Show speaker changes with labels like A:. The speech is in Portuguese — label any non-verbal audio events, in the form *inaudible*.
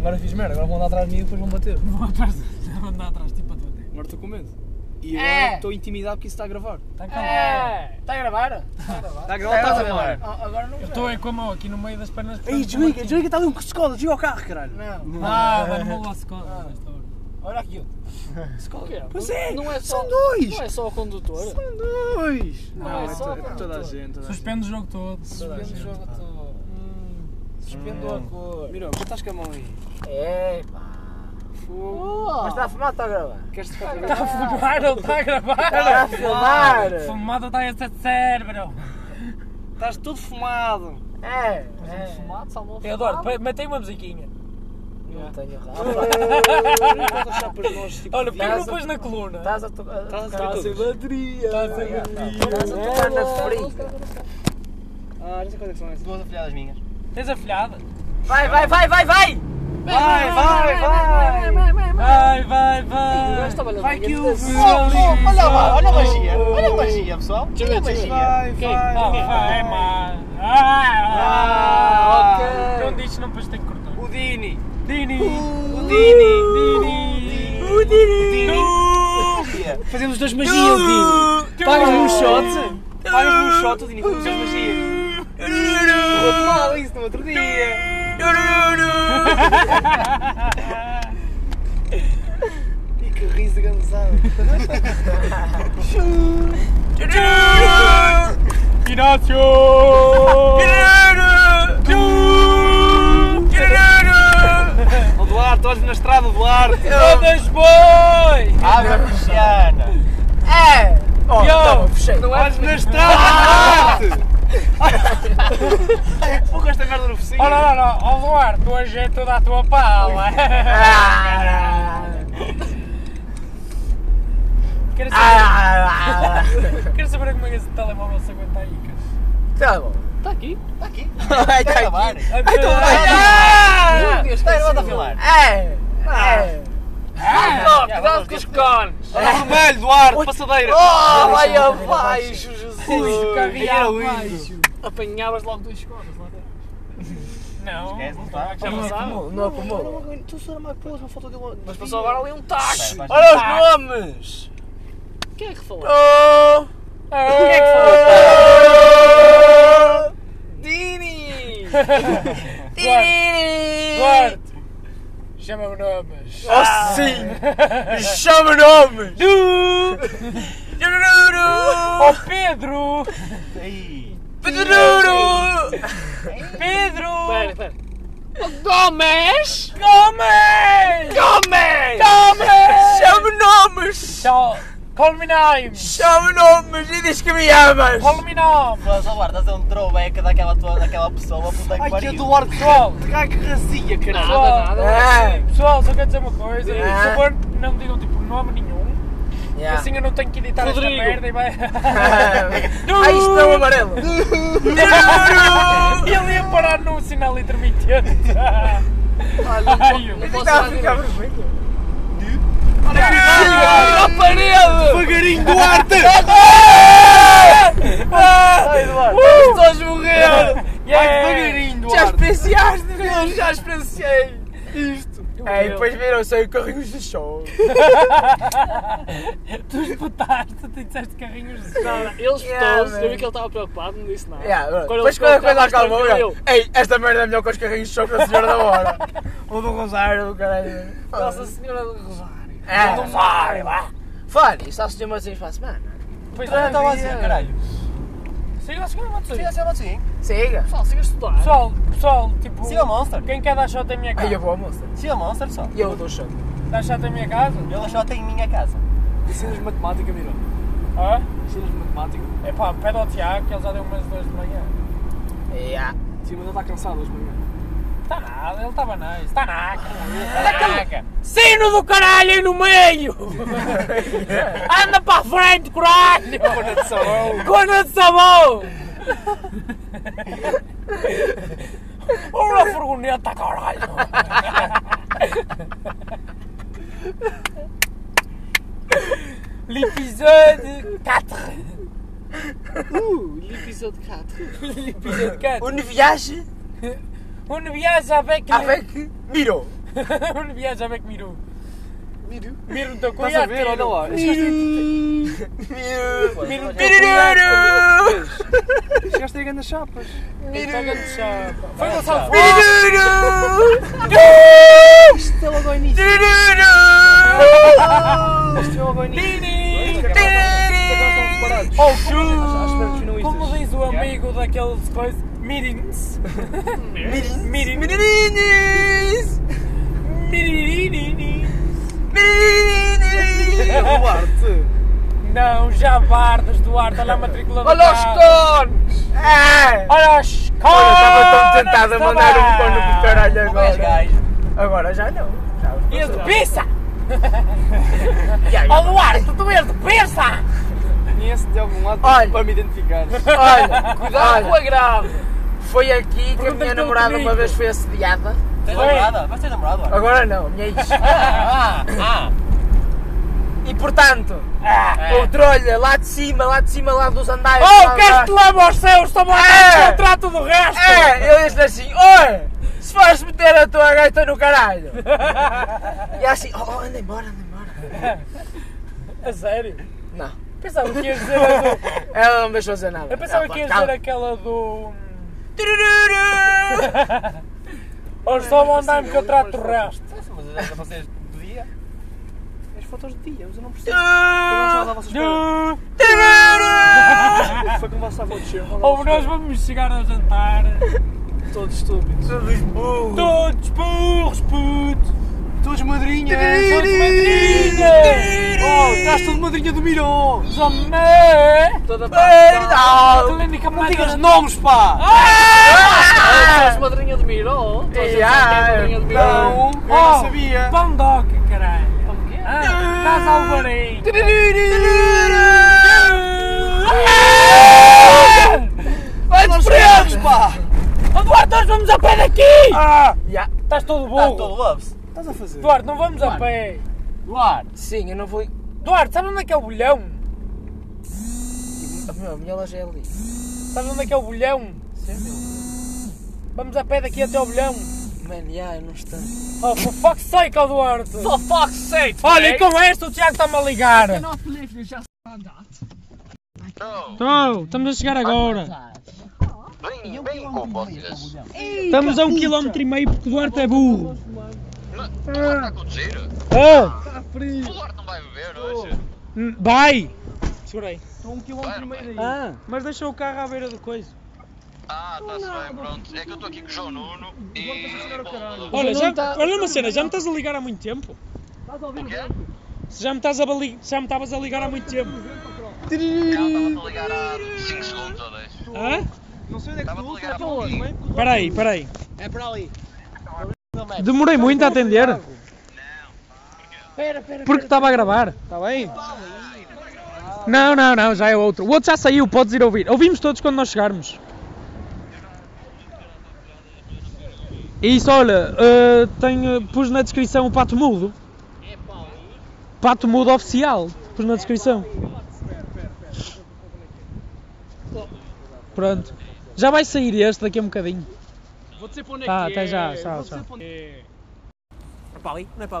A: Agora fiz merda, agora vão andar atrás de mim e depois vão bater.
B: Vou atrás, *laughs* vou andar atrás, tipo a tua terra.
C: Agora estou com medo. E
D: É.
C: agora estou intimidado porque isso está a gravar.
B: Está
D: É! Está a gravar? Tá
C: Está a gravar ou estás a falar?
D: Ah, Agora não.
B: Estou aí com é a mão aqui no meio das pernas.
C: Ei, desliga, desliga, está ali um escola, desliga o carro, caralho.
D: Não.
B: Ah, vai-me lá se cola. nesta hora.
D: Olha aqui outro. *laughs*
C: Escola.
D: Que é?
C: Pois é,
D: Não é só-
C: são dois.
D: Não é só o condutor.
C: São dois.
D: Não,
C: Não,
D: é
C: é
D: só-
C: to- toda a gente. né? toda a gente.
B: Suspende o jogo todo.
A: Suspendo o jogo todo. Suspendo
C: Hum.
A: a cor.
C: Miró, tu estás com a mão aí.
D: É, pá.
C: Fogo.
D: Mas está a fumar ou está a gravar?
C: Queres tocar para gravar?
B: Está Tá a filmar, ele está a
C: Tá
D: Está a
B: gravar.
D: filmar!
B: Fumada está esse cérebro.
C: Estás todo fumado.
D: É!
A: É. Fumado, salmão.
B: Eu adoro, pe- mete aí uma musiquinha.
D: Não tenho
C: Não
D: rabo.
C: vou deixar para nós. tipo,
B: Olha, pega
D: Estás
B: não
D: a-
B: pôs na coluna.
D: Estás a tocar.
C: Estás a tocar todos.
D: bateria!
C: Tá
D: Estás a
C: Estás a
D: tocar na
C: é,
D: frente!
C: Ah, não sei quantas é que são essas.
A: Duas afilhadas minhas.
B: Tens afilhada?
D: Vai, vai, vai, vai, vai!
C: é. Vai, vai, vai.
B: Ai, vai,
D: gajo estava a
B: vai.
D: levar
B: Vai que
D: ninguém
B: o
C: Oh,
D: desse.
B: visualiza.
A: Olha a magia, pessoal. Olha a
C: Vai, vai.
B: Ah, vai, mano. Ah,
C: Ah,
B: ah.
C: ok.
B: Não diz, não depois tem que cortar.
C: O Dini.
B: Dini.
C: O Dini.
B: Dini.
C: O Dini.
D: Fazemos duas
B: Tu.
D: magias, Dino!
B: Tu.
C: Pagas-me um shot. Pagas-me um shot, o Dini. Fazemos magia. Vou tomar isso no outro *laughs* dia. E que riso cansado.
B: Inácio.
C: O Duarte, olha na estrada, o Duarte.
B: Todas boi.
A: Abre a persiana.
D: É! Oh,
B: Yo.
D: tá bom, fechei! Não é?
C: Olha tá, Ah! na estrada, Duarte. Pô, com esta merda no focinho.
B: Olha lá, olha lá. Ó Duarte, hoje é toda a tua pala. Quero saber, quero saber como é que esse telemóvel se aguenta aí, cara.
D: Tá bom!
C: Está aqui.
D: Vai, tá
A: gravar.
D: aqui!
B: Ai, então
D: Ah!
A: Está a a falar.
C: Ah,
D: É! É!
C: Não, cuidado com os cones. Olha É o vermelho, Duarte, passadeira.
D: Oh, vai abaixo, Jesus!
C: Era o
D: Apanhavas logo duas é? escolas lá dentro.
B: Não.
A: Esquece, não está.
B: Já passava.
D: Não acumulou.
C: Tu sou uma coisa, uma foto de uma.
D: Mas passou agora ali um tacho.
A: Vai, vai,
C: Olha os nomes!
D: Quem é que falou?
C: Oh!
B: Quem
C: Quem é que falou? Dini! Dini!
B: Duarte. Chama-me nomes.
C: Oh sim! Chama nomes!
B: Oh Pedro!
A: Aí.
C: Pedruru!
B: Pedro!
D: espera.
C: Gomes!
B: Gomes!
C: Gomes!
B: Gomes!
C: Chama nomes!
B: Tchau! Call me name!
C: Chama nomes e diz que me amas!
B: Call me name!
A: Mas, ó, Bart, estás a um throwback daquela, tua, daquela pessoa. Puta que
C: Ai que
A: pariu.
C: Eduardo
B: Pessoal,
C: Ai que razia, caralho!
B: pessoal,
D: nada, nada.
B: sim, pessoal, só quero dizer uma coisa. Por
D: Ah.
B: favor, não digam tipo nome nenhum. Assim eu não tenho que
C: É.
B: editar
C: Rodrigo.
B: esta merda e vai.
A: É.
D: Ah, isto
B: um
D: não é o
B: *laughs*
D: amarelo.
B: Ele ia parar num sinal intermitente. Ai, eu-
D: Está a ficar vermelho.
C: Olha a parede! Devagarinho, Duarte!
B: Ah!
C: Estás a morrer!
B: Yeah.
C: Uh! Vai devagarinho,
D: Já
C: Duarte!
D: experienciaste, meu?
C: Eu já experienciei isto!
D: É, e depois viram só o carrinho de show.
B: Tu espetaste, tu disseste carrinhos de
E: Não, não, ele espetou-se,
D: Yeah, man.
E: eu vi que ele estava preocupado, não disse nada.
D: Yeah, bro.
E: Quando
D: Depois
E: ele
D: quando a
E: ficou
D: coisa
E: mais
D: acalmou, eu.
E: tranquilo.
D: Ei, esta merda é melhor que os carrinhos de show da senhora da *laughs* hora. Ou do Rosário, do caralho.
E: Nossa Senhora do Rosário.
D: É. Do Rosário, vá. Fale, está a assistir uma vez para a semana.
B: Pois é,
A: Eu estava a dizer, caralho.
B: Siga, siga uma
A: Sim,
B: coisa.
A: essa é uma sim.
D: Siga.
E: Pessoal, siga a estudar.
B: Pessoal, pessoal, tipo.
A: Siga o é um Monster.
B: Quem quer dar shot à minha
D: Aí
B: casa?
D: eu vou almoçar.
A: Siga o é um Monster, pessoal.
D: E eu um dou show.
B: Dá shot à minha casa?
A: Ele achou até em minha casa.
C: Ensinas matemática, Miró.
B: Ah?
C: Ensinas matemática.
B: É pá, pede ao Tiago que ele já deu umas duas de manhã.
D: Yeah.
C: Sim, mas ele está cansado hoje de manhã.
B: Está nada, Tá ele estava nice. Está naca. Está naca. Sino do caralho aí no *laughs* meio! Anda para a frente, caralho!
C: Corna de sabão!
B: Corna de sabão! Uma furgoneta, *laughs* caralho! L'épisode 4!
E: Uh, episódio 4.
B: L'épisode 4!
D: Une viagem
B: On viaja avec, *laughs*
D: avec Miro.
B: Viaja bem que miru.
F: Miru.
B: Miro no teu cu e
D: Estás a ver? Olha
B: atira.
D: lá. Miru!
B: Miro no teu cu e atira.
D: Miru! Chegaste aí grandes chapas.
B: Está grande chapa. Foi o Gonçalo Ferreira.
D: Miru! Isto é logo ao início. Isto é logo ao início. Isto é agora estão separados. Oh, chu!
B: Como diz o amigo daqueles coisas. Mirins. Mirins.
D: Meninis!
B: Mirins.
D: *laughs* Meninis! Duarte!
B: Não, já bardas, Duarte, olha a matrícula do
D: Olha os
B: carro.
D: cones!
C: É!
B: Olha os cones!
C: Olha, estava tão tentado a mandar um pano pro caralho
D: Como és
C: agora.
D: gajo?
C: Agora já não. Já
B: E és de
C: passou.
B: pizza! Ó Duarte, tu és de pizza!
D: Conhece-te de algum lado
C: Olha.
D: para me identificar.
C: *laughs* Olha,
D: Cuidado com a
C: olha,
D: grave!
C: foi aqui que a
B: Pergunta-lhe
C: minha
B: pelo
C: namorada uma
B: comigo.
C: vez foi assediada.
D: Tens
B: Oi.
D: namorada? Mas tens namorado? Olha.
C: Agora não, minha ex. *laughs*
B: Ah, ah,
C: E portanto,
B: ah!
C: outrolha, lá de cima, lá de cima, lá dos andares. lá,
B: Oh,
C: lá.
B: queres-te lama aos céus, estou-me
C: É.
B: a contrato do resto!
C: É, eu disse assim, oi, se vais meter a tua gaita no caralho. E assim, oh, anda embora, anda embora.
B: A sério?
C: Não.
B: Pensava que ias dizer um a do...
C: Ela não me deixou dizer nada.
B: Eu pensava
C: Ela,
B: que ias
C: calma. *laughs*
B: dizer aquela do... hum,
C: Tururu.
B: Hoje só vão dar-me que eu trato o resto.
D: Mas
C: é
D: eu já passei do dia. As fotos de dia, mas eu não percebo.
C: Ah! Tururu.
D: Foi como vocês estavam a descer.
B: Ou nós vamos chegar ao jantar...
D: Todos estúpidos.
C: Todos burros.
B: Todos burros, puto! É,
D: Todos madrinhas.
B: Todos madrinhas!
D: Oh, estás todo madrinha do Miró.
B: Zomé!
D: Toda
B: "Ah,
C: Perdão.
B: Atlântica
D: Não digas
B: Madeira!
D: nomes, pá!
F: Estás madrinha de Miró? Toda a gente sabe que és madrinha de Miró.
D: Não, eu não
B: "Oh,
D: sabia.
B: Pandoca, caralho!
F: Como que é?
B: Ah, Casa
D: *laughs*
B: Alvarenga!
D: Nós sabemos, pá!
B: Ó Duarte, nós vamos a pé daqui!
C: Ya.
B: Estás todo burro!
D: loves. Ah. Estás a fazer?
B: Duarte, não vamos a pé!
D: Duarte.
C: Sim, eu não vou.
B: Duarte, sabe onde é que é o bolhão?
C: A minha, a minha loja é ali.
B: Sabe onde é que é o bolhão? Vamos a pé daqui até ao bolhão!
C: Mano, já, eu não estou.
B: Oh, for fuck's sake, ó Duarte!
D: For fuck's sake!
B: Olha, e com esta o Tiago está-me a ligar! Estou, estamos a chegar agora!
G: Bem, bem como vocês.
B: Estamos a um quilómetro e meio porque o Duarte é burro!
G: Mas o Duarte está a conduzir?
B: Oh!
G: O Duarte não vai beber
D: Oh,
G: hoje.
B: Vai! Segura aí!
G: Vai, não vai.
B: Ah, mas deixou o carro à beira do coisa.
G: Ah, está-se bem, pronto. É que eu estou aqui com o João Nuno e.
B: Olha, já, olha uma cena, já me estás a ligar há muito tempo.
G: O quê?
B: Se Já me estás a bali- já me estavas a ligar há muito tempo.
G: Não, estava a ligar há 5 segundos ou 10.
B: Hã?
D: Não sei onde é que
G: Estava a
D: tu
G: ligar há um pouquinho.
B: Espera aí, espera aí. É para ali. Demorei muito a atender. Porque estava a gravar, está Tá bem? Não, não, não, já é outro. O outro já saiu, podes ir ouvir. Ouvimos todos quando nós chegarmos. Isso, olha, eh, tenho, pus na descrição o Pato Mudo. Pato Mudo oficial, pus na descrição. Pronto. Já vai sair este daqui a um bocadinho.
F: Vou dizer para onde é
B: Tá,
F: que
B: até
F: é.
B: já, tchau,
F: Vou dizer
B: tchau.
F: para onde é que é.
D: Para ali? Não é para ali?